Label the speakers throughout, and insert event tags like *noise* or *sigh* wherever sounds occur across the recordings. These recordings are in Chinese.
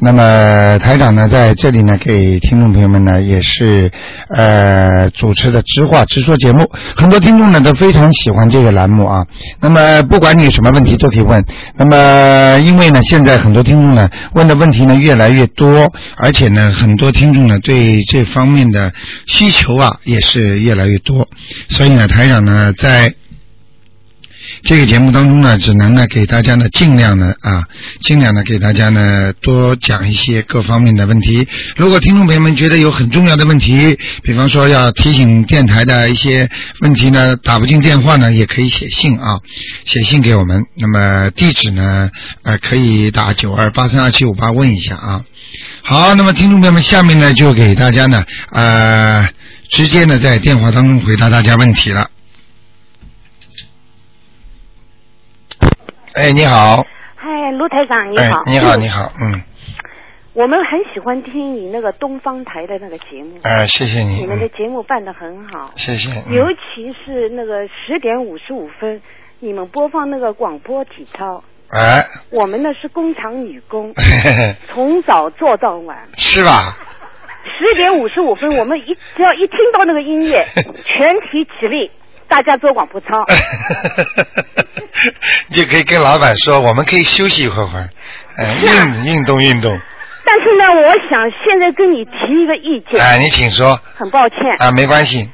Speaker 1: 那么台长呢，在这里呢，给听众朋友们呢，也是呃主持的直话直说节目。很多听众呢都非常喜欢这个栏目啊。那么不管你有什么问题都可以问。那么因为呢，现在很多听众呢问的问题呢越来越多，而且呢，很多听众呢对这方面的需求啊也是越来越多。所以呢，台长呢在这个节目当中呢，只能呢给大家呢尽量呢啊，尽量呢给大家呢多讲一些各方面的问题。如果听众朋友们觉得有很重要的问题，比方说要提醒电台的一些问题呢，打不进电话呢，也可以写信啊，写信给我们。那么地址呢，呃，可以打九二八三二七五八问一下啊。好，那么听众朋友们，下面呢就给大家呢呃直接呢在电话当中回答大家问题了。哎，你好。
Speaker 2: 嗨，卢台长你
Speaker 1: 哎
Speaker 2: 好，，
Speaker 1: 你好，你好，嗯，
Speaker 2: *coughs* 我们很喜欢听你那个东方台的那个节目，
Speaker 1: 哎，谢谢你，
Speaker 2: 你们的
Speaker 1: 嗯，
Speaker 2: 节目办得很好，
Speaker 1: 谢谢，嗯
Speaker 2: 尤其是那个十点五十五分，你们播放那个广播体操，
Speaker 1: 哎，，
Speaker 2: 我们呢是工厂女工
Speaker 1: 嘿嘿
Speaker 2: 从早做到晚。
Speaker 1: 是吧？ *laughs*
Speaker 2: 十点五十五分，我们一只要一听到那个音
Speaker 1: *laughs*
Speaker 2: 乐，全体起立，大家做广播操。
Speaker 1: 哎你就可以跟老板说，我们可以休息一会儿会儿，哎，
Speaker 2: 是啊
Speaker 1: 运运动运动，
Speaker 2: 但是呢，我想现在跟你提一个意见，
Speaker 1: 哎，你请说，
Speaker 2: 很抱歉，
Speaker 1: 啊，没关系，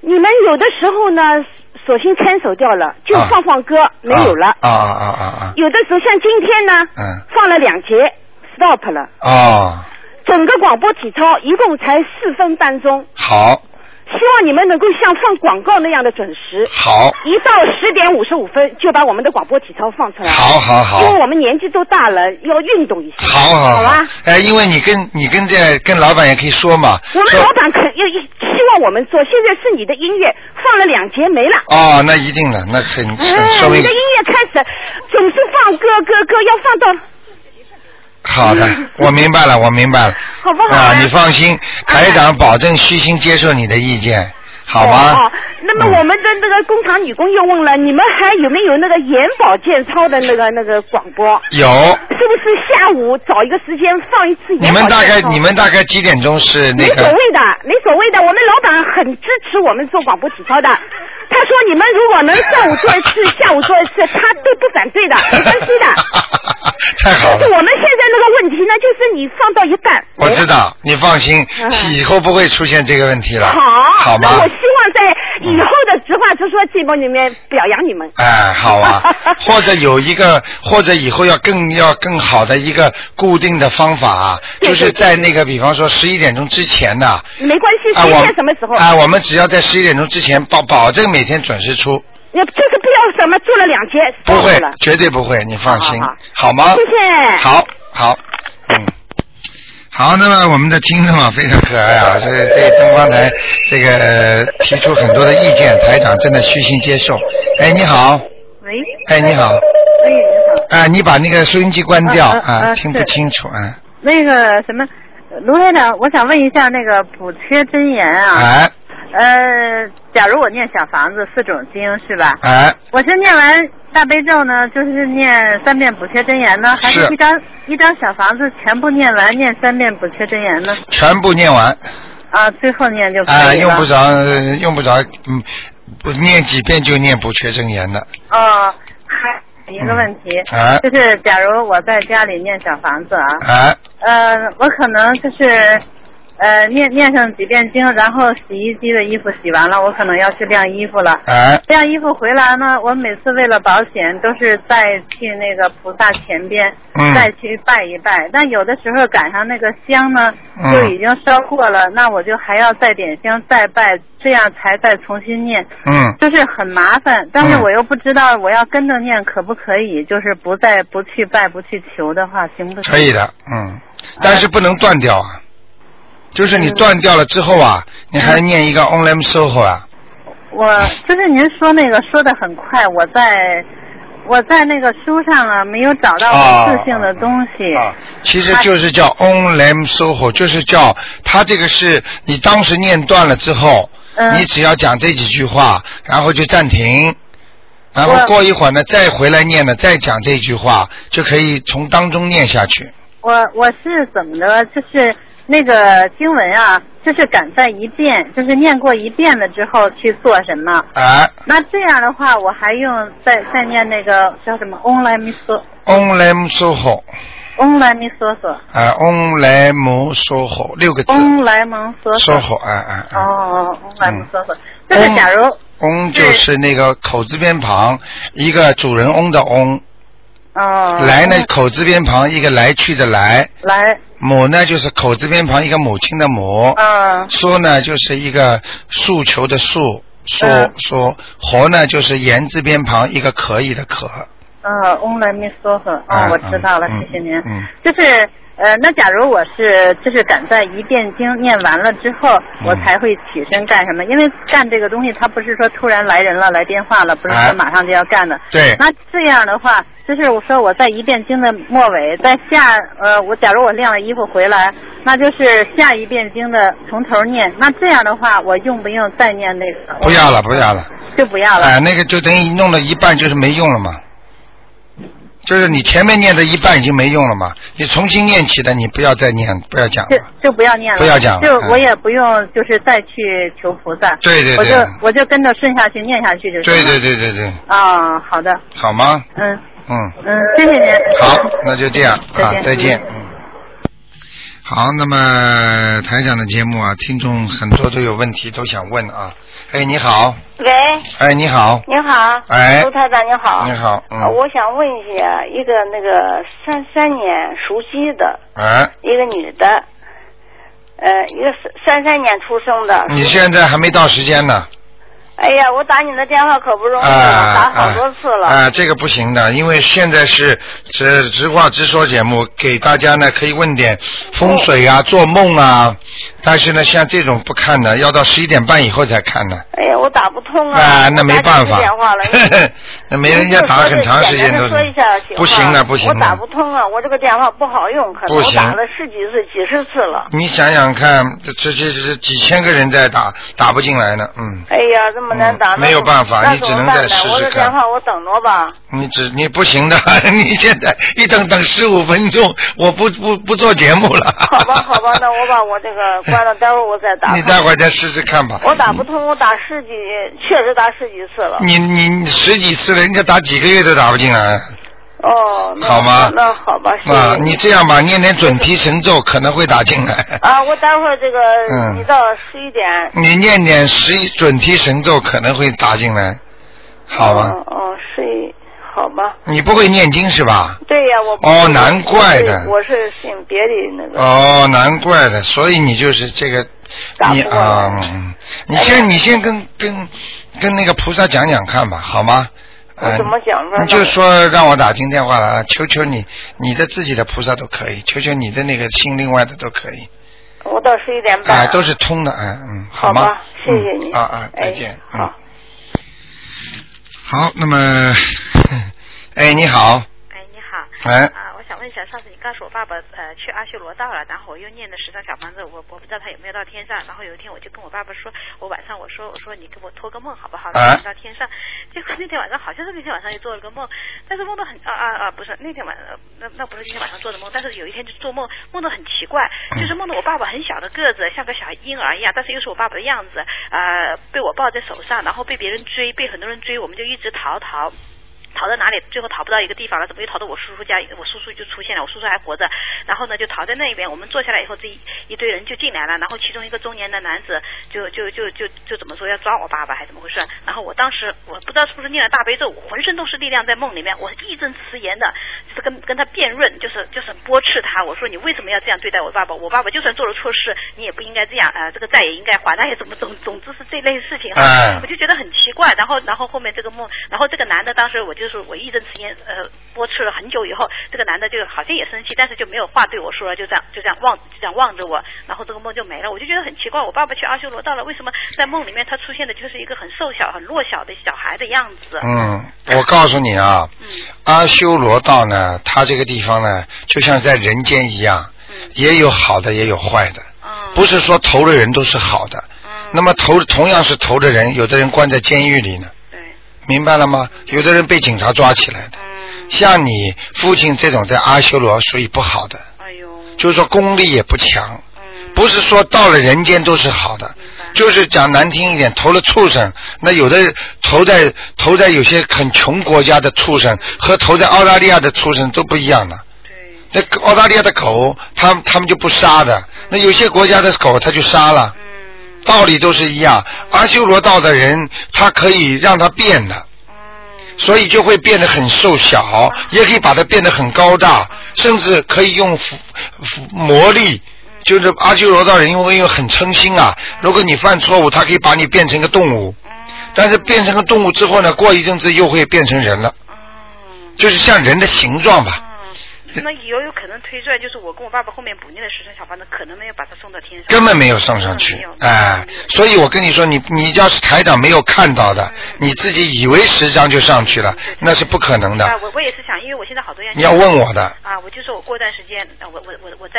Speaker 2: 你们有的时候呢，索性牵手掉了，就放放歌，没有了。
Speaker 1: 啊啊啊啊啊，
Speaker 2: 有的时候像今天呢，
Speaker 1: 嗯
Speaker 2: 放了两节，stop 了，
Speaker 1: 哦，
Speaker 2: 整个广播体操一共才四分半钟，
Speaker 1: 好，
Speaker 2: 希望你们能够像放广告那样的准时，
Speaker 1: 好，
Speaker 2: 一到十点五十五分就把我们的广播体操放出来。
Speaker 1: 好，好，好
Speaker 2: 因。为我们年纪都大了，要运动一下。
Speaker 1: 好好
Speaker 2: 吧。
Speaker 1: 哎，因为你跟你跟这跟老板也可以说嘛，
Speaker 2: 我们
Speaker 1: 说
Speaker 2: 老板肯要希望我们做，现在是你的音乐放了两节没了。
Speaker 1: 哦，那一定的，那很很
Speaker 2: 哎，
Speaker 1: 说
Speaker 2: 你
Speaker 1: 明
Speaker 2: 的音乐开始总是放歌歌歌，要放到
Speaker 1: 好
Speaker 2: *laughs*
Speaker 1: 的，我明白了，我明白了。
Speaker 2: 好不好啊
Speaker 1: 啊，你放心，台长保证虚心接受你的意见，好嗯吗？
Speaker 2: 哦，那么我们的那个工厂女工又问了，你们还有没有那个眼保健操的那个那个广播？
Speaker 1: 嗯有，
Speaker 2: 是不是下午找一个时间放一次
Speaker 1: 你
Speaker 2: 眼保健操？
Speaker 1: 们大概你们大概几点钟是
Speaker 2: 没
Speaker 1: 那
Speaker 2: 所
Speaker 1: 个？
Speaker 2: 谓的，没所谓的。我们老板很支持我们做广播体操的，他说你们如果能上午做一
Speaker 1: *laughs*
Speaker 2: 次，下午做一次，他都不反对的，没关系的。
Speaker 1: 太好
Speaker 2: 但是
Speaker 1: 了，
Speaker 2: 我们现在那个问题呢，就是你放到一半，
Speaker 1: 我知道，你放心，
Speaker 2: 嗯
Speaker 1: 以后不会出现这个问题了，
Speaker 2: 好，
Speaker 1: 好
Speaker 2: 那
Speaker 1: 吗
Speaker 2: 我？希望在以后的直话直说节目里面表扬你们。
Speaker 1: 哎，好
Speaker 2: *laughs*
Speaker 1: 啊，或者有一个，或者以后要更要更好的一个固定的方法啊，
Speaker 2: 对
Speaker 1: 就是
Speaker 2: 对对
Speaker 1: 在那个，比方说十一点钟之前呢、
Speaker 2: 没关系，
Speaker 1: 啊，
Speaker 2: 随
Speaker 1: 我
Speaker 2: 便什么时候，
Speaker 1: 啊，我们只要在十一点钟之前保保证每天准时出，
Speaker 2: 也就是不要什么做了两节，
Speaker 1: 不会
Speaker 2: 做了，
Speaker 1: 绝对不会，你放心，
Speaker 2: 好好
Speaker 1: 吗？
Speaker 2: 谢谢
Speaker 1: 好，好，嗯。好，那么我们的听众啊非常可爱啊，这对东方台这个呃提出很多的意见，台长真的虚心接受。哎，你好，
Speaker 3: 喂，
Speaker 1: 哎，你好，
Speaker 3: 哎，你好，
Speaker 1: 啊，你把那个收音机关掉
Speaker 2: 嗯
Speaker 3: 啊啊
Speaker 1: 啊，
Speaker 3: 啊
Speaker 1: 听不
Speaker 3: 是
Speaker 1: 清楚啊，
Speaker 3: 那个什么，卢台长，我想问一下那个补缺真言啊，
Speaker 1: 哎
Speaker 3: 呃，假如我念小房子四种经是吧？
Speaker 1: 哎，
Speaker 3: 我是念完大悲咒呢，就是念三遍补缺真言呢，还
Speaker 1: 是
Speaker 3: 是一张一张小房子全部念完，念三遍补缺真言呢？
Speaker 1: 全部念完。
Speaker 3: 啊，最后念就可以了。
Speaker 1: 啊，用不着，呃用不着，嗯，不念几遍就念补缺真言的。
Speaker 3: 哦，还有一个问题，
Speaker 1: 嗯啊
Speaker 3: 就是假如我在家里念小房子啊，
Speaker 1: 啊，
Speaker 3: 呃，我可能就是呃念念上几遍经，然后洗衣机的衣服洗完了，我可能要去晾衣服了。
Speaker 1: 啊，
Speaker 3: 晾衣服回来呢，我每次为了保险，都是再去那个菩萨前边、
Speaker 1: 嗯
Speaker 3: 再去拜一拜。但有的时候赶上那个香呢
Speaker 1: 嗯，
Speaker 3: 就已经烧过了，那我就还要再点香再拜，这样才再重新念，
Speaker 1: 嗯，
Speaker 3: 就是很麻烦。但是
Speaker 1: 嗯
Speaker 3: 我又不知道我要跟着念可不可以，就是不再不去拜不去求的话，行不行？
Speaker 1: 可以的，嗯，但是不能断掉啊。就是你断掉了之后啊，你还要念一个 o n l i n e soho 啊，
Speaker 3: 我就是您说那个说的很快，我在我在那个书上啊没有找到
Speaker 1: 啊
Speaker 3: 我自性的东西。
Speaker 1: 啊，其实就是叫 on lam soho，就是叫它这个是你当时念断了之后，
Speaker 3: 嗯
Speaker 1: 你只要讲这几句话，然后就暂停，然后
Speaker 3: 我
Speaker 1: 过一会儿呢再回来念呢，再讲这句话，就可以从当中念下去。
Speaker 3: 我我是怎么的？就是那个经文啊，就是赶在一遍，就是念过一遍了之后去做什么。
Speaker 1: 啊
Speaker 3: 那这样的话，我还用再再念那个叫什么 “on l a m i s o
Speaker 1: ，on lam soho，
Speaker 3: on l a m i s o s
Speaker 1: 啊，on lam soho 六个字
Speaker 3: on l a m s o s
Speaker 1: ，soho，啊啊啊。
Speaker 3: 哦，on l a m s o s
Speaker 1: 嗯
Speaker 3: 就是假如
Speaker 1: 翁就是那个口字边旁，一个主人翁的翁，
Speaker 3: 哦
Speaker 1: 来呢口字边旁一个来去的来，
Speaker 3: 来
Speaker 1: 母呢就是口字边旁一个母亲的母，
Speaker 3: 嗯
Speaker 1: 说呢就是一个诉求的诉，说
Speaker 3: 嗯
Speaker 1: 说活呢就是言字边旁一个可以的可，
Speaker 3: 嗯 on l a m i s o s
Speaker 1: 啊
Speaker 3: 哦，我知道了，
Speaker 1: 嗯
Speaker 3: 谢谢您。
Speaker 1: 嗯
Speaker 3: 就是呃，那假如我是就是赶在一遍经念完了之后，
Speaker 1: 嗯
Speaker 3: 我才会起身干什么？因为干这个东西，它不是说突然来人了、来电话了，不是
Speaker 1: 哎
Speaker 3: 说马上就要干的。
Speaker 1: 对，
Speaker 3: 那这样的话，就是我说我在一遍经的末尾，在下呃，我假如我晾了衣服回来，那就是下一遍经的从头念。那这样的话，我用不用再念那个？
Speaker 1: 不要了不要了，
Speaker 3: 就不要了。
Speaker 1: 哎，那个就等于弄了一半就是没用了嘛。就是你前面念的一半已经没用了嘛，你重新念起的，你不要再念，不要讲
Speaker 3: 就
Speaker 1: 了。
Speaker 3: 就不要念了，
Speaker 1: 不要讲了
Speaker 3: 就
Speaker 1: 嗯
Speaker 3: 我也不用，就是再去求菩萨，
Speaker 1: 对对对
Speaker 3: 我就我就跟着顺下去念下去就行
Speaker 1: 对对
Speaker 3: 了。
Speaker 1: 对对对，
Speaker 3: 啊、好的，
Speaker 1: 好吗？
Speaker 3: 嗯
Speaker 1: 嗯，
Speaker 3: 嗯，谢谢您。
Speaker 1: 好，那就这样
Speaker 3: 再
Speaker 1: 啊
Speaker 3: 见，
Speaker 1: 再见。嗯，好，那么台长的节目啊，听众很多都有问题都想问啊。哎，你好，
Speaker 4: 喂，
Speaker 1: 哎，你好，
Speaker 4: 你好，
Speaker 1: 哎
Speaker 4: 卢台长你好，
Speaker 1: 你好，嗯
Speaker 4: 呃，我想问一下，一个那个三三年属鸡的
Speaker 1: 哎，
Speaker 4: 一个女的，呃，一个三三年出生的。
Speaker 1: 你现在还没到时间呢，
Speaker 4: 哎呀，我打你的电话可不容易
Speaker 1: 啊
Speaker 4: 了，打好
Speaker 1: 啊
Speaker 4: 多次了。
Speaker 1: 啊，这个不行的，因为现在是直直话直说节目，给大家呢可以问点风水
Speaker 4: 哦
Speaker 1: 啊、做梦啊，但是呢，像这种不看的，要到十一点半以后才看呢。
Speaker 4: 哎呀，我打不通啊！
Speaker 1: 啊，那
Speaker 4: 我
Speaker 1: 没
Speaker 4: 打
Speaker 1: 办
Speaker 4: 几
Speaker 1: 法，
Speaker 4: 次电话了，
Speaker 1: *laughs* 那没人家打很长时间都
Speaker 4: 嗯你就说这简单地说一下
Speaker 1: 不行
Speaker 4: 啊，
Speaker 1: 的，不行
Speaker 4: 我打
Speaker 1: 的
Speaker 4: 不。通啊，我这个电话不好用，可能
Speaker 1: 不
Speaker 4: 我
Speaker 1: 行
Speaker 4: 打了十几次、几十次了。
Speaker 1: 你想想看，这这这这几千个人在打，打不进来呢，嗯，
Speaker 4: 哎呀，这么难打，
Speaker 1: 嗯没有办法
Speaker 4: 那
Speaker 1: 你只
Speaker 4: 怎么
Speaker 1: 能
Speaker 4: 办
Speaker 1: 再
Speaker 4: 呢
Speaker 1: 试
Speaker 4: 我
Speaker 1: 试
Speaker 4: 这
Speaker 1: 看
Speaker 4: 电话我等着
Speaker 1: *laughs*
Speaker 4: 吧。
Speaker 1: 你只你不行的， *laughs* 你现在一等等十五分钟，我不不不做节目了。
Speaker 4: 好吧，好吧，
Speaker 1: *laughs*
Speaker 4: 那我把我这个关了，待会儿我再打。
Speaker 1: 你待会儿再试试看吧。
Speaker 4: 我打不通，我打十几，确实打十几次了。
Speaker 1: 你你你十几次了，人家打几个月都打不进来，
Speaker 4: 哦，那
Speaker 1: 好吗？
Speaker 4: 那好吧，谢谢
Speaker 1: 啊，你这样吧，念点准提神咒可能会打进来。
Speaker 4: 啊，我待会儿这个
Speaker 1: 嗯
Speaker 4: 你到十一点。
Speaker 1: 你念念十一准提神咒可能会打进来，好吧？
Speaker 4: 哦哦，十一，好吧。
Speaker 1: 你不会念经是吧？
Speaker 4: 对呀，我不
Speaker 1: 哦难怪的
Speaker 4: 我是信别的那个。
Speaker 1: 哦，难怪的，所以你就是这个，
Speaker 4: 打不
Speaker 1: 你
Speaker 4: 过哎
Speaker 1: 啊、
Speaker 4: 来
Speaker 1: 嗯你先你先跟跟跟那个菩萨讲讲看吧，好吗？
Speaker 4: 我
Speaker 1: 嗯
Speaker 4: 怎么讲法呢
Speaker 1: 你就说让我打进电话来，求求你，你的自己的菩萨都可以，求求你的那个心，另外的都可以，
Speaker 4: 我到十一点半。
Speaker 1: 啊，都是通的，哎、嗯，
Speaker 4: 好
Speaker 1: 吗？
Speaker 4: 吧，谢谢你。
Speaker 1: 嗯啊啊，再
Speaker 4: 哎
Speaker 1: 见。嗯
Speaker 4: 好，
Speaker 1: 好，那么， *laughs* 哎，你好，
Speaker 2: 哎，你好。
Speaker 1: 哎，
Speaker 2: 啊，我想问一下，上次你告诉我爸爸，呃，去阿修罗道了，然后我又念了十张小房子，我我不知道他有没有到天上。然后有一天我就跟我爸爸说，我晚上我说我说你给我托个梦好不好？让
Speaker 1: 啊
Speaker 2: 我到天上。结果那天晚上好像是那天晚上又做了个梦，但是梦到很啊啊啊，不是那天晚上，呃那那不是今天晚上做的梦，但是有一天就做梦，梦到很奇怪，就是梦到我爸爸很小的个子，像个小婴儿一样，但是又是我爸爸的样子，啊，被我抱在手上，然后被别人追，被很多人追，我们就一直逃逃。逃到哪里，最后逃不到一个地方了，怎么又逃到我叔叔家？我叔叔就出现了，我叔叔还活着，然后呢就逃在那边。我们坐下来以后，这一一堆人就进来了，然后其中一个中年的男子就就就就就怎么说要抓我爸爸还是怎么回事？然后我当时我不知道是不是念了大悲咒，我浑身都是力量在梦里面，我义正辞严的就是跟跟他辩论，就是就是驳斥他，我说你为什么要这样对待我爸爸？我爸爸就算做了错事，你也不应该这样，呃，这个债也应该还，哎，怎么总总之是这类事情哈，
Speaker 1: 哎
Speaker 2: 我就觉得很奇怪，然后然后后面这个梦，然后这个男的当时我就是我一阵时间呃驳斥了很久以后，这个男的就好像也生气，但是就没有话对我说了，就这样就这样望就这样望着我，然后这个梦就没了，我就觉得很奇怪，我爸爸去阿修罗道了，为什么在梦里面他出现的就是一个很瘦小很弱小的小孩的样子？嗯
Speaker 1: 嗯，我告诉你啊，阿修罗道呢，它这个地方呢，就像在人间一样，也有好的，也有坏的，
Speaker 2: 嗯
Speaker 1: 不是说投的人都是好的。那么投同样是投的人，有的人关在监狱里呢，明白了吗？有的人被警察抓起来的。
Speaker 2: 嗯
Speaker 1: 像你父亲这种在阿修罗属于不好的，
Speaker 2: 哎
Speaker 1: 就是说功力也不强，
Speaker 2: 嗯
Speaker 1: 不是说到了人间都是好的，就是讲难听一点，投了畜生，那有的投在投在有些很穷国家的畜生和投在澳大利亚的畜生都不一样的。那个澳大利亚的狗，他们他们就不杀的，那有些国家的狗他就杀了，道理都是一样。阿修罗道的人，他可以让他变的。所以就会变得很瘦小，也可以把它变得很高大，甚至可以用符符魔力，就是阿修罗道人因为因为很嗔心啊，如果你犯错误，他可以把你变成一个动物，
Speaker 2: 嗯
Speaker 1: 但是变成个动物之后呢，过一阵子又会变成人了，就是像人的形状吧。
Speaker 2: 嗯那也有可能推算，就是我跟我爸爸后面补念的十层小房子，可能没有把他送到天上，嗯
Speaker 1: 根本没有上上去
Speaker 2: 没有，
Speaker 1: 哎，所以我跟你说，你你要是台长没有看到的，你自己以为十张就上去了，那是不可能的。
Speaker 2: 啊，我我也是想，因为我现在好多人
Speaker 1: 你要问我的
Speaker 2: 啊，我就说我过段时间，啊我我我我在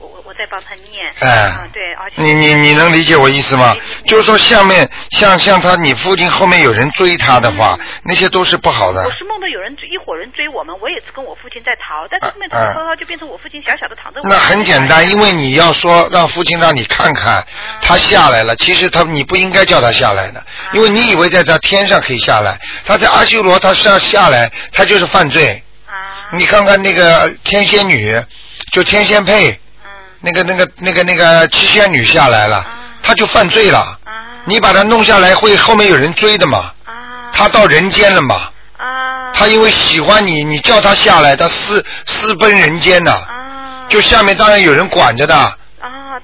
Speaker 2: 我我我在帮他念，
Speaker 1: 哎
Speaker 2: 啊，对，而且
Speaker 1: 你你你能理解我意思吗？就是说，下面像像他，你父亲后面有人追他的话，那些都是不好的
Speaker 2: 我。是梦到有人追一伙人追我们，我也是跟我父亲在逃，但是后面逃
Speaker 1: 啊啊
Speaker 2: 逃逃就变成我父亲小小的躺在我
Speaker 1: 那很简单，因为你要说让父亲让你看看，他下来了，其实他你不应该叫他下来的，因为你以为在他天上可以下来，他在阿修罗他上下来，他就是犯罪。你看看那个天仙女，就天仙配，那个那个那个那个七仙女下来了，她就犯罪了。你把她弄下来，会后面有人追的嘛？
Speaker 2: 啊
Speaker 1: 她到人间了嘛？她因为喜欢你，你叫她下来，她私私奔人间呐、
Speaker 2: 啊
Speaker 1: 就下面当然有人管着的。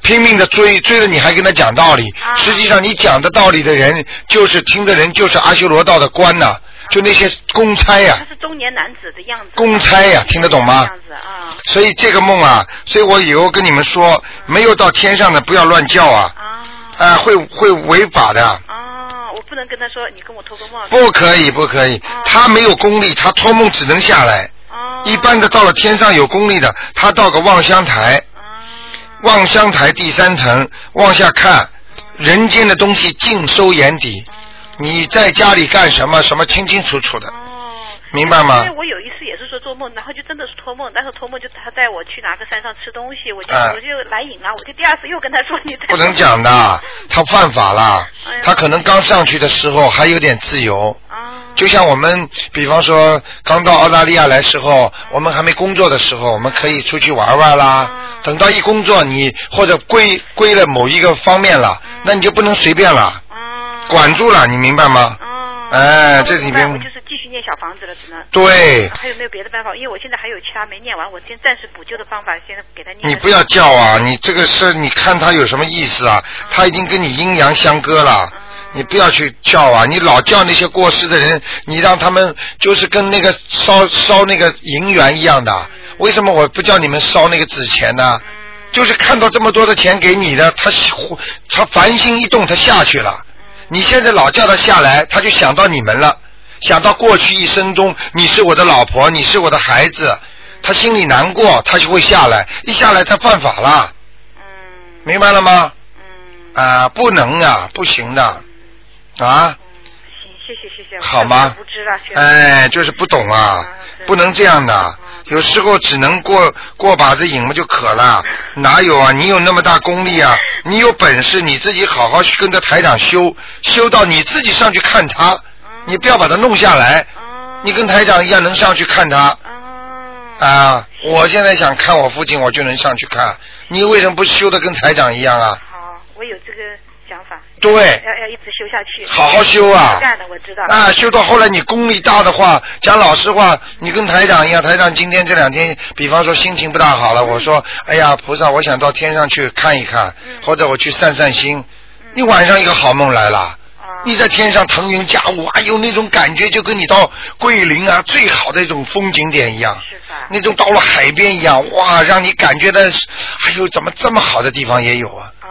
Speaker 1: 拼命的追，追了你还跟他讲道理，实际上你讲的道理的人，就是听的人就是阿修罗道的官呐、就那些公差呀、
Speaker 2: 是中年男子的样子，啊
Speaker 1: 公差呀、听得懂吗？所以这个梦啊，所以我以后跟你们说，没有到天上的不要乱叫啊，啊、会会违法的，
Speaker 2: 啊，我不能跟他说你跟我托个梦，
Speaker 1: 不可以不可以，他没有功力，他托梦只能下来。
Speaker 2: 啊
Speaker 1: 一般的到了天上有功力的，他到个望乡台，
Speaker 2: 啊
Speaker 1: 望乡台第三层往下看，人间的东西尽收眼底。你在家里干什么？什么清清楚楚的，
Speaker 2: 哦
Speaker 1: 明白吗
Speaker 2: 因为？我有一次也是说做梦，然后就真的是托梦，但是托梦就他带我去哪个山上吃东西，我就、
Speaker 1: 啊
Speaker 2: 我就来瘾了，我就第二次又跟他说你在
Speaker 1: 不能讲的，他犯法了。他可能刚上去的时候还有点自由。
Speaker 2: 啊
Speaker 1: 就像我们，比方说刚到澳大利亚来时候，我们还没工作的时候，我们可以出去玩玩啦。等到一工作，你或者归归了某一个方面了，那你就不能随便了，
Speaker 2: 啊
Speaker 1: 管住了，你明白吗？哎，这里边
Speaker 2: 就是继续念小房子了，只能
Speaker 1: 对
Speaker 2: 还有没有别的办法？因为我现在还有其他没念完，我先暂时补救的方法，现在给他念。
Speaker 1: 你不要叫啊！你这个事儿，你看他有什么意思啊？他已经跟你阴阳相隔了，你不要去叫啊！你老叫那些过世的人，你让他们就是跟那个烧烧那个银元一样的。为什么我不叫你们烧那个纸钱呢？就是看到这么多的钱给你的，他他烦心一动，他下去了。你现在老叫他下来，他就想到你们了，想到过去一生中你是我的老婆，你是我的孩子，他心里难过，他就会下来，一下来他犯法了，明白了吗？
Speaker 2: 嗯
Speaker 1: 啊，不能啊，不行的，啊，
Speaker 2: 谢谢谢谢，
Speaker 1: 好吗
Speaker 2: 我无知了，
Speaker 1: 哎，就是不懂啊，不能这样的，有时候只能过过把子瘾嘛就渴了，哪有啊？你有那么大功力啊？你有本事，你自己好好去跟着台长修，修到你自己上去看他，
Speaker 2: 嗯
Speaker 1: 你不要把他弄下来，
Speaker 2: 啊
Speaker 1: 你跟台长一样能上去看他。啊，我现在想看我父亲，我就能上去看。你为什么不修的跟台长一样啊？
Speaker 2: 我有这个想法。
Speaker 1: 对
Speaker 2: 要要一直修下去。
Speaker 1: 好好修啊
Speaker 2: 干的我知道。
Speaker 1: 啊，修到后来你功力大的话，讲老实话，你跟台长一样，台长今天这两天，比方说心情不大好
Speaker 2: 嗯
Speaker 1: 了，我说，哎呀，菩萨，我
Speaker 2: 嗯哦
Speaker 1: 想到天上去看一看，或者我去散散心，你晚上一个好梦来了，你在天上腾云驾雾，哎呦，那种感觉就跟你到桂林啊最好的一种风景点一样，
Speaker 2: 是吧？
Speaker 1: 那种到了海边一样，哇，让你感觉到，哎呦，怎么这么好的地方也有啊？
Speaker 2: 哦，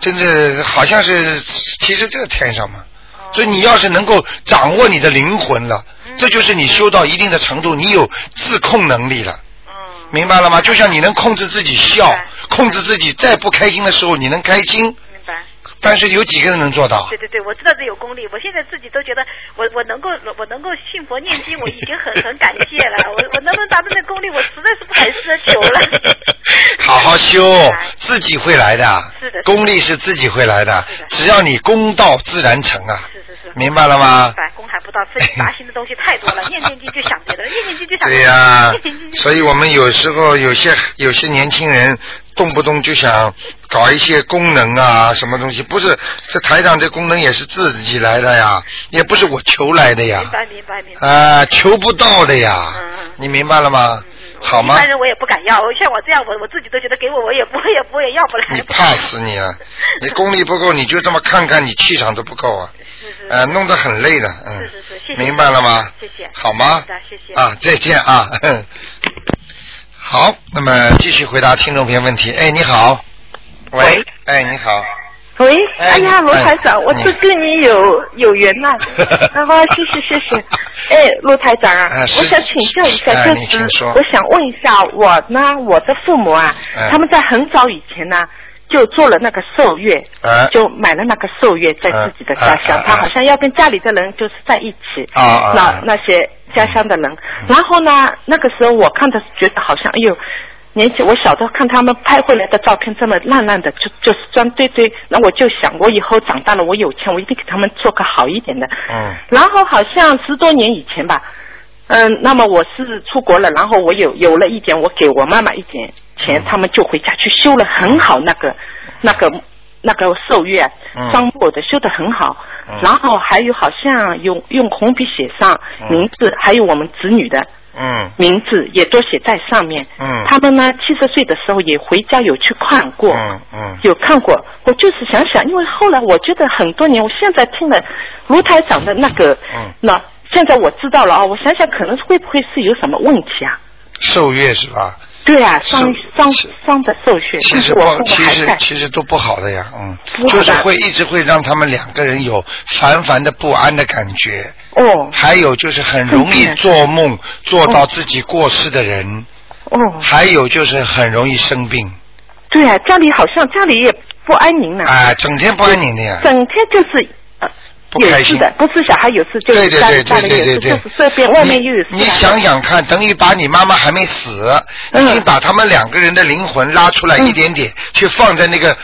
Speaker 1: 真是好像是，其实这天上嘛。所以你要是能够掌握你的灵魂了，这就是你修到一定的程度，你有自控能力了，
Speaker 2: 嗯，
Speaker 1: 明白了吗？就像你能控制自己笑
Speaker 2: 明白，
Speaker 1: 控制自己在不开心的时候你能开心，
Speaker 2: 明白。
Speaker 1: 但是有几个人能做到
Speaker 2: 对？对对，我知道这有功力，我现在自己都觉得我我能够我能够信佛念经，我已经很很感谢了。我我能不能达到那功力，我实在是不敢奢求了。
Speaker 1: *laughs* 好好修
Speaker 2: 明白，
Speaker 1: 自己会来的
Speaker 2: 是的，
Speaker 1: 功力是自己会来的
Speaker 2: 是的，
Speaker 1: 只要你功到自然成啊
Speaker 2: 是是是，
Speaker 1: 明白了吗
Speaker 2: 明？白，公还不到，自己杂心的东西太多了，念念经就想别的，念念经就想别
Speaker 1: 对
Speaker 2: 的
Speaker 1: 呀、
Speaker 2: 念念经就
Speaker 1: 所以我们有时候有些有些年轻人动不动就想搞一些功能啊，什么东西，不是这台长这功能也是自己来的呀，也不是我求来的呀
Speaker 2: 明，白明白明白。
Speaker 1: 啊，求不到的呀
Speaker 2: 嗯嗯，
Speaker 1: 你明白了吗？好
Speaker 2: 一
Speaker 1: 吗？
Speaker 2: 般人我也不敢要，我像我这样，我我自己都觉得给我，我也不我也不我也要不来。
Speaker 1: 你怕死你啊！你功力不够，你就这么看看，你气场都不够啊，
Speaker 2: 是是
Speaker 1: 呃，弄得很累的，嗯，
Speaker 2: 是是是，谢谢。
Speaker 1: 明白了吗？
Speaker 2: 谢谢。
Speaker 1: 好吗
Speaker 2: 是的，谢谢。
Speaker 1: 啊，再见啊。 *laughs* 哼好，那么继续回答听众朋友问题。哎，你好。喂。哎，你好。
Speaker 5: 喂，
Speaker 1: 哎
Speaker 5: 哎
Speaker 1: *laughs*
Speaker 5: 呀，
Speaker 1: 你
Speaker 5: 罗台
Speaker 1: 哎，
Speaker 5: 长，我是跟你有有缘呐
Speaker 1: *laughs*
Speaker 5: 然后谢谢谢谢。哎，罗台长啊，
Speaker 1: 啊是
Speaker 5: 我想请教一下，
Speaker 1: 哎
Speaker 5: 就
Speaker 1: 你
Speaker 5: 是
Speaker 1: 请说
Speaker 5: 我想问一下，我呢，我的父母啊，
Speaker 1: 哎
Speaker 5: 他们在很早以前呢，就做了那个寿月，
Speaker 1: 哎
Speaker 5: 就买了那个寿月在自己的家
Speaker 1: 哎
Speaker 5: 乡，
Speaker 1: 哎哎
Speaker 5: 他好像要跟家里的人就是在一起，
Speaker 1: 啊啊
Speaker 5: 那
Speaker 1: 啊
Speaker 5: 那些家乡的人。然后呢，那个时候我看的是觉得好像，哎呦，年轻我小时候看他们拍回来的照片，这么烂烂的，就就是砖堆堆。那我就想，我以后长大了，我有钱，我一定给他们做个好一点的。
Speaker 1: 嗯
Speaker 5: 然后好像十多年以前吧，嗯，那么我是出国了，然后我有有了一点，我给我妈妈一点
Speaker 1: 嗯
Speaker 5: 钱，他们就回家去修了很好那个那个那个寿月
Speaker 1: 嗯
Speaker 5: 双木偶的修得很好，
Speaker 1: 嗯
Speaker 5: 然后还有好像用用红笔写上
Speaker 1: 嗯
Speaker 5: 名字，还有我们子女的
Speaker 1: 嗯
Speaker 5: 名字也都写在上面。
Speaker 1: 嗯
Speaker 5: 他们呢七十岁的时候也回家有去看过。
Speaker 1: 嗯嗯
Speaker 5: 有看过，我就是想想，因为后来我觉得很多年，我现在听了卢台长的那个，
Speaker 1: 嗯
Speaker 5: 那现在我知道了啊，我想想可能会不会是有什么问题啊？
Speaker 1: 受月是吧？
Speaker 5: 对啊，双
Speaker 1: 是
Speaker 5: 双
Speaker 1: 是
Speaker 5: 双的受血，
Speaker 1: 其
Speaker 5: 但
Speaker 1: 实
Speaker 5: 是
Speaker 1: 不
Speaker 5: 我父，母
Speaker 1: 其
Speaker 5: 还
Speaker 1: 实
Speaker 5: 在，
Speaker 1: 其实都不好的呀，嗯，
Speaker 5: 不好
Speaker 1: 就
Speaker 5: 的
Speaker 1: 是会一直会让他们两个人有烦烦的不安的感觉，
Speaker 5: 哦
Speaker 1: 还有就是很容易
Speaker 5: 更是
Speaker 1: 做梦做到自己过世的人，
Speaker 5: 哦，
Speaker 1: 还有就是很容易生病，
Speaker 5: 对啊，家里好像家里也不安宁呢、
Speaker 1: 啊，整天不安宁的呀，
Speaker 5: 整天就是。呃
Speaker 1: 不
Speaker 5: 有
Speaker 1: 开
Speaker 5: 事
Speaker 1: 心
Speaker 5: 的，不是小孩有事，就
Speaker 1: 对
Speaker 5: 是
Speaker 1: 对
Speaker 5: 家
Speaker 1: 对
Speaker 5: 里家
Speaker 1: 对
Speaker 5: 里
Speaker 1: 对
Speaker 5: 有
Speaker 1: 对对，
Speaker 5: 事，就是这边外面又有事啊。
Speaker 1: 你。你想想看，等于把你妈妈还没死，
Speaker 5: 嗯
Speaker 1: 已经把他们两个人的灵魂拉出来一点点，去放在那个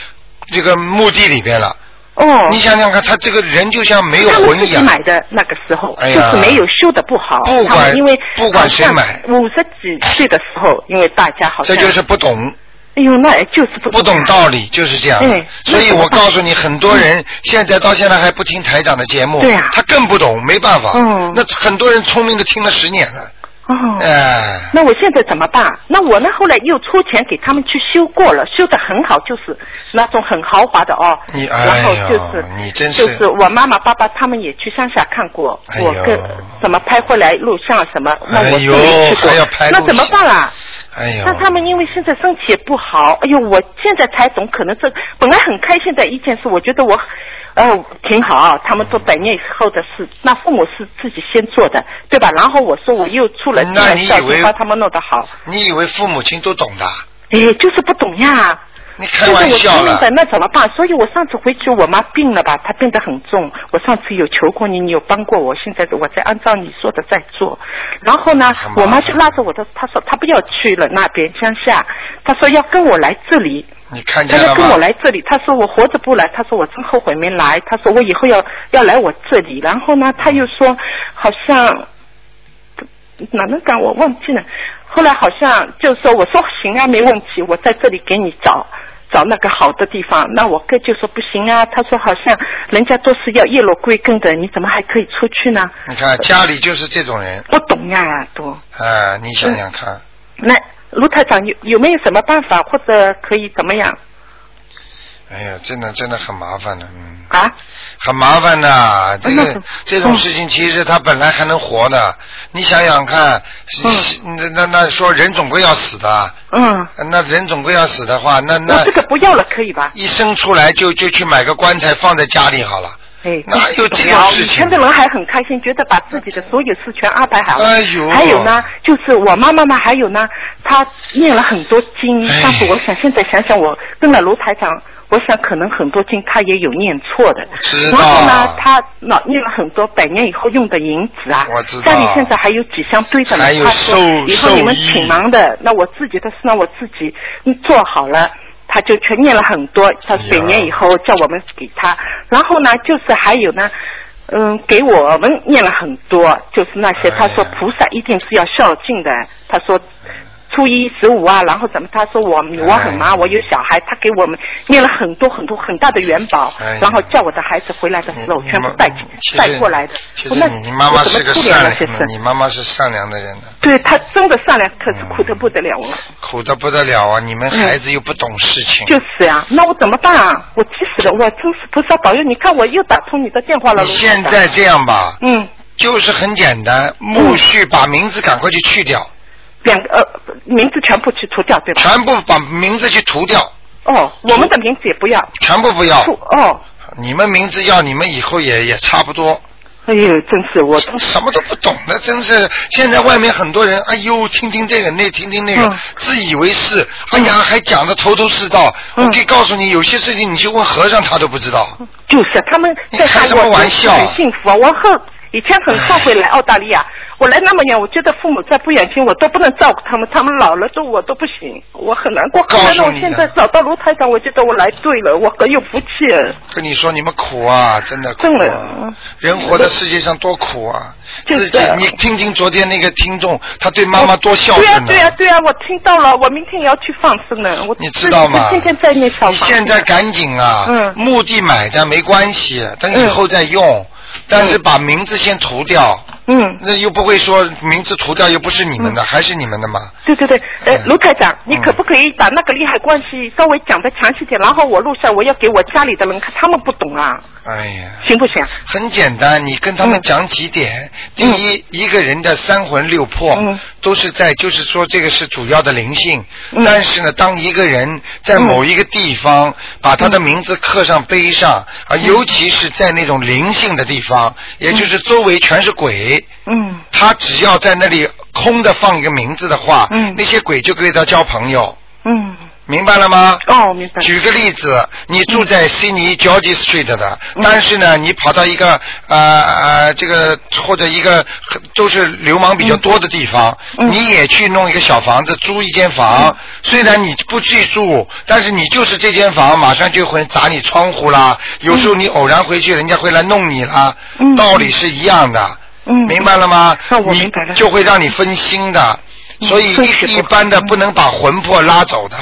Speaker 1: 这个墓地里边了。
Speaker 5: 哦，
Speaker 1: 你想想看，他这个人就像没有
Speaker 5: 他们
Speaker 1: 魂
Speaker 5: 自
Speaker 1: 一
Speaker 5: 己
Speaker 1: 样。
Speaker 5: 买的那个时候，
Speaker 1: 哎
Speaker 5: 就
Speaker 1: 呀
Speaker 5: 是没有修的不好。
Speaker 1: 不管
Speaker 5: 他们因为
Speaker 1: 不管谁买哎
Speaker 5: 五十几岁的时候，因为大家好
Speaker 1: 这
Speaker 5: 像
Speaker 1: 就是不懂，
Speaker 5: 哎呦，那也就是不
Speaker 1: 不懂道理，就是这样的
Speaker 5: 对。嗯
Speaker 1: 所以我告诉你，很多人现在到现在还不听台长的节目，
Speaker 5: 对呀
Speaker 1: 他更不懂，没办法。
Speaker 5: 嗯
Speaker 1: 那很多人聪明的听了十年了，
Speaker 5: 哦。
Speaker 1: 哎，
Speaker 5: 那我现在怎么办？那我呢？后来又出钱给他们去修过了，修的很好，就是那种很豪华的哦。
Speaker 1: 你哎
Speaker 5: 然后
Speaker 1: 呦
Speaker 5: 就是，
Speaker 1: 你真是
Speaker 5: 就是我妈妈、爸爸他们也去乡下看过，
Speaker 1: 哎呦
Speaker 5: 我跟什么拍回来录像什么，那我
Speaker 1: 哎
Speaker 5: 都
Speaker 1: 呦
Speaker 5: 没去过
Speaker 1: 还要拍，
Speaker 5: 那
Speaker 1: 录
Speaker 5: 怎么
Speaker 1: 像
Speaker 5: 办啊啦？
Speaker 1: 哎呦。
Speaker 5: 那他们因为现在身体也不好，哎呦，我现在才懂，可能这本来很开心的一件事，我觉得我，呃，挺好，他们做百年以后的事，那父母是自己先做的，对吧？然后我说我又出了这
Speaker 1: 那
Speaker 5: 个
Speaker 1: 你
Speaker 5: 孝
Speaker 1: 以为
Speaker 5: 心，帮他们弄得好，
Speaker 1: 你以为父母亲都懂的？
Speaker 5: 哎，就是不懂呀。
Speaker 1: 你开玩笑
Speaker 5: 就是我不明
Speaker 1: 了
Speaker 5: 白。那怎么办？所以我上次回去，我妈病了吧，她病得很重。我上次有求过你，你有帮过我，现在我在按照你说的在做。然后呢
Speaker 1: 很麻，烦
Speaker 5: 我妈就拉着我的，她说她不要去了那边乡下，她说要跟我来这里。
Speaker 1: 你看
Speaker 5: 他
Speaker 1: 见
Speaker 5: 说
Speaker 1: 了
Speaker 5: 跟
Speaker 1: 吗？
Speaker 5: 我来这里，他说我活着不来，他说我真后悔没来，他说我以后要要来我这里，然后呢，他又说好像哪能讲我忘记了，后来好像就说我说行啊，没问题，我在这里给你找。找那个好的地方，那我哥就说不行啊，他说好像人家都是要叶落归根的，你怎么还可以出去呢？
Speaker 1: 你看家里就是这种人
Speaker 5: 不懂呀、都。
Speaker 1: 啊！你想想
Speaker 5: 嗯
Speaker 1: 看，
Speaker 5: 那卢台长有有没有什么办法，或者可以怎么样？
Speaker 1: 哎呀，真的真的很麻烦的，嗯，
Speaker 5: 啊？
Speaker 1: 很麻烦的。这
Speaker 5: 那
Speaker 1: 个
Speaker 5: 是
Speaker 1: 这种事情，其实他本来还能活的，你想想看，是那那那说人总归要死的，
Speaker 5: 嗯，
Speaker 1: 那人总归要死的话，那那
Speaker 5: 我这个不要了，可以吧？
Speaker 1: 一生出来就就去买个棺材放在家里好了。
Speaker 5: 哎，
Speaker 1: 哪有这种事情
Speaker 5: 以前的人还很开心，觉得把自己的所有事全安排好了。
Speaker 1: 哎呦
Speaker 5: 还有呢，就是我妈妈呢，还有呢，她念了很多经，
Speaker 1: 哎
Speaker 5: 但是我想现在想想，我跟了卢台长，我想可能很多经她也有念错的。
Speaker 1: 知道
Speaker 5: 然后呢，她老念了很多百年以后用的银子啊，
Speaker 1: 我知道
Speaker 5: 家里现在还有几箱堆着呢。
Speaker 1: 还有
Speaker 5: 她说
Speaker 1: 寿
Speaker 5: 以后你们
Speaker 1: 寿衣
Speaker 5: 挺忙的，那我自己的事呢，我自己嗯做好了。她就全念了很多，她
Speaker 1: 哎呀
Speaker 5: 百年以后叫我们给她，然后呢，就是还有呢，嗯，给我们念了很多，就是那些
Speaker 1: 哎呀
Speaker 5: 他说菩萨一定是要孝敬的，他说初一十五啊，然后怎么他说我我很
Speaker 1: 哎
Speaker 5: 忙，我有小孩，他给我们念了很多很多很大的元宝
Speaker 1: 哎呀，
Speaker 5: 然后叫我的孩子回来的时候
Speaker 1: 你
Speaker 5: 全
Speaker 1: 你
Speaker 5: 部
Speaker 1: 妈
Speaker 5: 带起
Speaker 1: 其实
Speaker 5: 带过来的
Speaker 1: 其，
Speaker 5: 我
Speaker 1: 实
Speaker 5: 那
Speaker 1: 你妈妈
Speaker 5: 我怎
Speaker 1: 是
Speaker 5: 么
Speaker 1: 个
Speaker 5: 处理了
Speaker 1: 善
Speaker 5: 那些
Speaker 1: 良的，你
Speaker 5: 事？
Speaker 1: 妈妈是善良的人呢、
Speaker 5: 对他真的善良，可是苦
Speaker 1: 嗯
Speaker 5: 的不得了啊！
Speaker 1: 苦的不得了啊！你们孩子又不懂事情，
Speaker 5: 嗯就是呀、那我怎么办啊？我急死了，我真是菩萨保佑！你看我又打通你的电话了，
Speaker 1: 你
Speaker 5: 卢
Speaker 1: 现
Speaker 5: 台长
Speaker 1: 在这样吧，
Speaker 5: 嗯。
Speaker 1: 就是很简单，木须把名字赶快去去掉，
Speaker 5: 两个呃名字全部去除掉，对吧？
Speaker 1: 全部把名字去涂掉，
Speaker 5: 哦，我们的名字也不要，
Speaker 1: 全部不要
Speaker 5: 不。哦，
Speaker 1: 你们名字要，你们以后也也差不多。
Speaker 5: 哎呦，真是我真是
Speaker 1: 什么都不懂的，真是现在外面很多人，哎呦，听听这个那，听听那个，
Speaker 5: 嗯
Speaker 1: 自以为是，哎呀，还讲的头头是道。
Speaker 5: 嗯
Speaker 1: 我可以告诉你，有些事情你去问和尚，他都不知道。
Speaker 5: 就是他们
Speaker 1: 你
Speaker 5: 在
Speaker 1: 开
Speaker 5: 韩
Speaker 1: 什
Speaker 5: 国
Speaker 1: 么玩笑啊
Speaker 5: 很幸福啊！我后以前很后悔来澳大利亚，我来那么远，我觉得父母再不远亲，我都不能照顾他们，他们老了都我都不行，我很难过。
Speaker 1: 告诉
Speaker 5: 后来呢我
Speaker 1: 你啊
Speaker 5: 现
Speaker 1: 的
Speaker 5: 在找到卢台长，我觉得我来对了，我很有福气。
Speaker 1: 跟你说，你们苦啊，真的苦
Speaker 5: 真
Speaker 1: 啊
Speaker 5: 的！
Speaker 1: 人活在世界上多苦啊！
Speaker 5: 就是
Speaker 1: 自己，你听听昨天那个听众，他对妈妈多孝
Speaker 5: 对呀、
Speaker 1: 顺呢、
Speaker 5: 对呀、啊对呀、我听到了，我明天也要去放生呢。我
Speaker 1: 你知道吗？
Speaker 5: 天天在念小
Speaker 1: 你
Speaker 5: 房子
Speaker 1: 现在赶紧啊！
Speaker 5: 嗯
Speaker 1: 墓地买的没关系，等以后再用，但是把名字先涂掉。
Speaker 5: 嗯。
Speaker 1: 那又不会说名字涂掉，又不是你们的，还是你们的吗？
Speaker 5: 对对对，呃，
Speaker 1: 嗯
Speaker 5: 卢台长，你
Speaker 1: 嗯
Speaker 5: 可不可以把那个利害关系稍微讲的详细点？然后我录下，我要给我家里的人看，他们不懂啊，
Speaker 1: 哎呀，
Speaker 5: 行不行啊？
Speaker 1: 很简单，你跟他
Speaker 5: 嗯
Speaker 1: 们讲几点。第一，一个人的三魂六魄、
Speaker 5: 嗯
Speaker 1: 都是在，就是说这个是主要的灵性。
Speaker 5: 嗯
Speaker 1: 但是呢，当一个人在某一个地方、把他的名字刻上碑上，啊，
Speaker 5: 嗯
Speaker 1: 尤其是在那种灵性的地方，也就是周围全是鬼。
Speaker 5: 嗯，
Speaker 1: 他只要在那里空的放一个名字的话，
Speaker 5: 嗯
Speaker 1: 那些鬼就跟他交朋友，
Speaker 5: 嗯，
Speaker 1: 明白了吗？
Speaker 5: 哦，明白。
Speaker 1: 举个例子，你住在悉尼 George Street 的，
Speaker 5: 嗯
Speaker 1: 但是呢，你跑到一个呃呃这个或者一个都是流氓比较多的地方，
Speaker 5: 嗯
Speaker 1: 你也去弄一个小房子租一间房，虽然你不去住，但是你就是这间房马上就会砸你窗户啦，有时候你偶然回去，人家会来弄你啦，
Speaker 5: 嗯
Speaker 1: 道理是一样的。
Speaker 5: 嗯，
Speaker 1: 明白了吗？
Speaker 5: 那我
Speaker 1: 你
Speaker 5: 明白了
Speaker 1: 就会让你分心的。
Speaker 5: 嗯
Speaker 1: 所以
Speaker 5: 分析
Speaker 1: 一一
Speaker 5: 不好
Speaker 1: 般的不能把魂魄拉走的。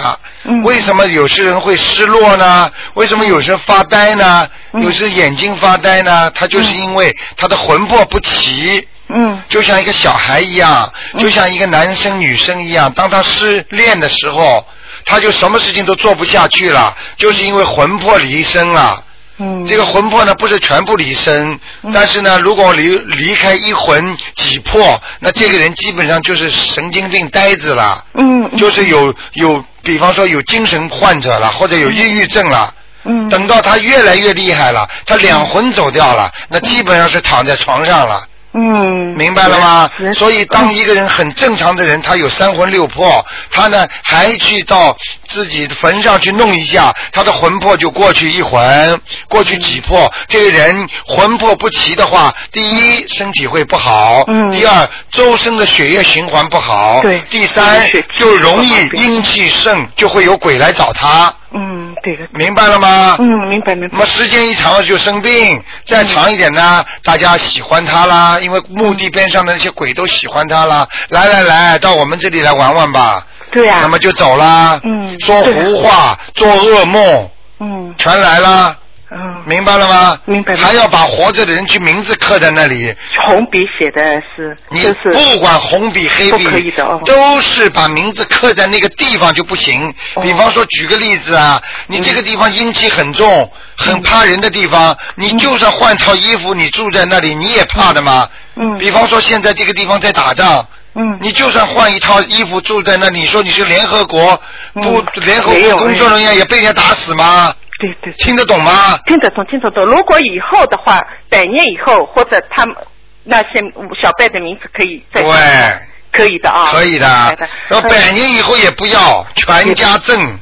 Speaker 5: 嗯
Speaker 1: 为什么有些人会失落呢？为什么有些人发呆呢？
Speaker 5: 嗯
Speaker 1: 有时眼睛发呆呢？他就是因为他的魂魄不齐。
Speaker 5: 嗯
Speaker 1: 就像一个小孩一样，就像一个男生女生一样，当他失恋的时候，他就什么事情都做不下去了，就是因为魂魄离身了。
Speaker 5: 嗯，
Speaker 1: 这个魂魄呢，不是全部离身，但是呢，如果离离开一魂几魄，那这个人基本上就是神经病呆子了，
Speaker 5: 嗯
Speaker 1: 就是有有，比方说有精神患者了，或者有抑郁症了。
Speaker 5: 嗯
Speaker 1: 等到他越来越厉害了，他两魂走掉了，那基本上是躺在床上了。
Speaker 5: 嗯，
Speaker 1: 明白了吗
Speaker 5: 是？是
Speaker 1: 所以当一个人很正常的人，他有三魂六魄，他呢还去到自己坟上去弄一下，他的魂魄就过去一魂，过去几魄。
Speaker 5: 嗯
Speaker 1: 这个人魂魄不齐的话，第一身体会不好，
Speaker 5: 嗯
Speaker 1: 第二周身的血液循环不好，
Speaker 5: 对
Speaker 1: 第三
Speaker 5: 血气
Speaker 1: 就容
Speaker 5: 不
Speaker 1: 易
Speaker 5: 好对
Speaker 1: 阴气盛，就会有鬼来找他，
Speaker 5: 嗯，对的，
Speaker 1: 明白了吗？
Speaker 5: 嗯，明白明
Speaker 1: 那
Speaker 5: 白
Speaker 1: 么。时间一长就生病，
Speaker 5: 嗯
Speaker 1: 再长一点呢，大家喜欢他啦，因为墓地边上的那些鬼都喜欢他啦。来来来，到我们这里来玩玩吧，
Speaker 5: 对啊呀、
Speaker 1: 那么就走啦。
Speaker 5: 嗯
Speaker 1: 说
Speaker 5: 对啊
Speaker 1: 胡话，做噩梦，
Speaker 5: 嗯
Speaker 1: 全来啦。
Speaker 5: 嗯，
Speaker 1: 明白了吗？
Speaker 5: 明白了
Speaker 1: 还要把活着的人去名字刻在那里，
Speaker 5: 红笔写的是，
Speaker 1: 你
Speaker 5: 就是
Speaker 1: 不管红笔黑
Speaker 5: 不可以
Speaker 1: 笔
Speaker 5: 的哦，
Speaker 1: 都是把名字刻在那个地方就不行。
Speaker 5: 哦嗯
Speaker 1: 比方说，举个例子啊，你这个地方阴气很重，很怕人的地方，你就算换套衣服，你住在那里你也怕的嘛。
Speaker 5: 嗯
Speaker 1: 比方说，现在这个地方在打仗。
Speaker 5: 嗯
Speaker 1: 你就算换一套衣服住在那里，你说你是联合国不、
Speaker 5: 嗯
Speaker 1: 联合
Speaker 5: 没
Speaker 1: 国
Speaker 5: 有
Speaker 1: 工作人员也被人家打死吗？
Speaker 5: 对对对
Speaker 1: 听得懂吗？
Speaker 5: 听得懂听得懂。如果以后的话，百年以后或者他们那些小辈的名字可以再
Speaker 1: 对，
Speaker 5: 可以的啊，
Speaker 1: 可以的
Speaker 5: 明白。
Speaker 1: 然后百
Speaker 5: 嗯
Speaker 1: 年以后也不要全家赠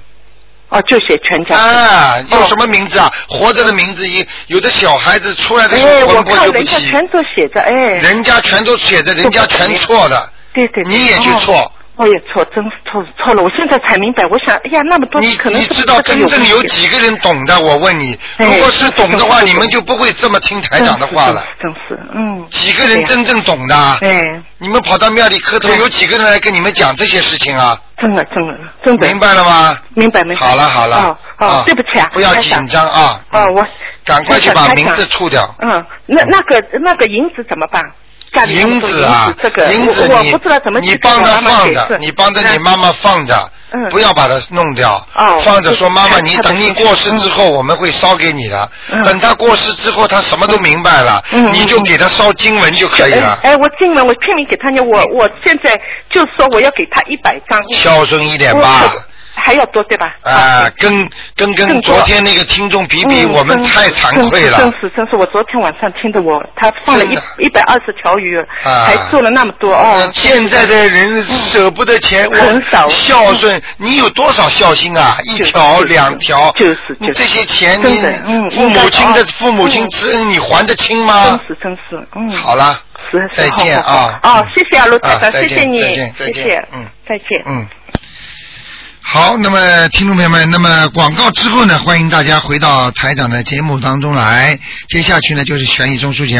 Speaker 5: 哦，就写全家。
Speaker 1: 啊，
Speaker 5: 哦
Speaker 1: 用什么名字啊？活着的名字一有的小孩子出来的时
Speaker 5: 哎，
Speaker 1: 候
Speaker 5: 我
Speaker 1: 魂
Speaker 5: 看
Speaker 1: 魄就不
Speaker 5: 人家
Speaker 1: 齐，
Speaker 5: 全都写着，哎，
Speaker 1: 人家全都写的，人家全错的，
Speaker 5: 对对，对
Speaker 1: 你也去错。
Speaker 5: 哦我也错，真是错错了。我现在才明白，我想，哎呀，那么多
Speaker 1: 你
Speaker 5: 可能
Speaker 1: 你
Speaker 5: 是不是
Speaker 1: 知道
Speaker 5: 这个
Speaker 1: 真正有
Speaker 5: 问题
Speaker 1: 几个人懂的？我问你，
Speaker 5: 哎
Speaker 1: 如果是懂的话，
Speaker 5: 是是是
Speaker 1: 你们就不会这么听台长的话了。
Speaker 5: 真嗯是，真是嗯，哎
Speaker 1: 几个人真正懂的？
Speaker 5: 对呀，
Speaker 1: 你们跑到庙里磕头，
Speaker 5: 对
Speaker 1: 有几个人来跟你们讲这些事情啊？
Speaker 5: 哎，真的真的真的
Speaker 1: 明白了吗？
Speaker 5: 明白明白。
Speaker 1: 好了好了
Speaker 5: 哦，哦
Speaker 1: 啊，
Speaker 5: 对不起啊，
Speaker 1: 不要
Speaker 5: 台
Speaker 1: 紧
Speaker 5: 长。
Speaker 1: 张啊。
Speaker 5: 哦，我
Speaker 1: 赶快去把
Speaker 5: 台长
Speaker 1: 名字处掉。
Speaker 5: 嗯，那那个那个银子怎么办？家里那么
Speaker 1: 银
Speaker 5: 多
Speaker 1: 子啊
Speaker 5: 银子这，个
Speaker 1: 银子
Speaker 5: 我我
Speaker 1: 你
Speaker 5: 不知道怎么去
Speaker 1: 你
Speaker 5: 给我
Speaker 1: 帮
Speaker 5: 妈
Speaker 1: 他
Speaker 5: 妈
Speaker 1: 放
Speaker 5: 解
Speaker 1: 着
Speaker 5: 释，
Speaker 1: 你帮着你
Speaker 5: 嗯
Speaker 1: 妈妈放着
Speaker 5: 嗯，
Speaker 1: 不要把它弄掉
Speaker 5: 哦，
Speaker 1: 放着说
Speaker 5: 就是
Speaker 1: 妈妈，
Speaker 5: 看
Speaker 1: 你
Speaker 5: 她的
Speaker 1: 等你
Speaker 5: 心情
Speaker 1: 过世之后，我们会烧给你的
Speaker 5: 嗯。
Speaker 1: 等他过世之后，他什么都明白了
Speaker 5: 嗯，嗯
Speaker 1: 你就给他烧经文就可以了，
Speaker 5: 哎，哎我进了，我拼命给他念，我我现在就说我要给他一百张，
Speaker 1: 孝顺一点吧。
Speaker 5: 我还要多对吧？
Speaker 1: 啊，跟跟跟
Speaker 5: 更多
Speaker 1: 昨天那个听众比
Speaker 5: 嗯，
Speaker 1: 比，我们
Speaker 5: 真
Speaker 1: 太
Speaker 5: 是
Speaker 1: 惭愧了。
Speaker 5: 嗯真是真是真是，我昨天晚上听的我，他放了
Speaker 1: 真的
Speaker 5: 一一百二十条鱼，
Speaker 1: 啊
Speaker 5: 还做了那么多哦。
Speaker 1: 现在的人舍不得钱，我
Speaker 5: 很少嗯
Speaker 1: 孝顺，你有多少孝心啊？一条
Speaker 5: 就是
Speaker 1: 两条，
Speaker 5: 就是就是
Speaker 1: 这些钱，
Speaker 5: 真
Speaker 1: 你
Speaker 5: 的嗯
Speaker 1: 父母亲的
Speaker 5: 应该
Speaker 1: 父母亲
Speaker 5: 嗯
Speaker 1: 之恩，你还得清
Speaker 5: 真
Speaker 1: 吗？
Speaker 5: 是真是，嗯，
Speaker 1: 好了，
Speaker 5: 是，
Speaker 1: 再
Speaker 5: 是
Speaker 1: 见
Speaker 5: 好好
Speaker 1: 啊
Speaker 5: 好哦，谢谢啊，罗台
Speaker 1: 啊
Speaker 5: 长，
Speaker 1: 再
Speaker 5: 谢
Speaker 1: 见
Speaker 5: 谢你
Speaker 1: 再见，再
Speaker 5: 谢
Speaker 1: 见
Speaker 5: 谢，
Speaker 1: 嗯，
Speaker 5: 再见。
Speaker 1: 嗯。好，那么听众朋友们，那么广告之后呢，欢迎大家回到台长的节目当中来。接下去呢，就是悬疑综述节目。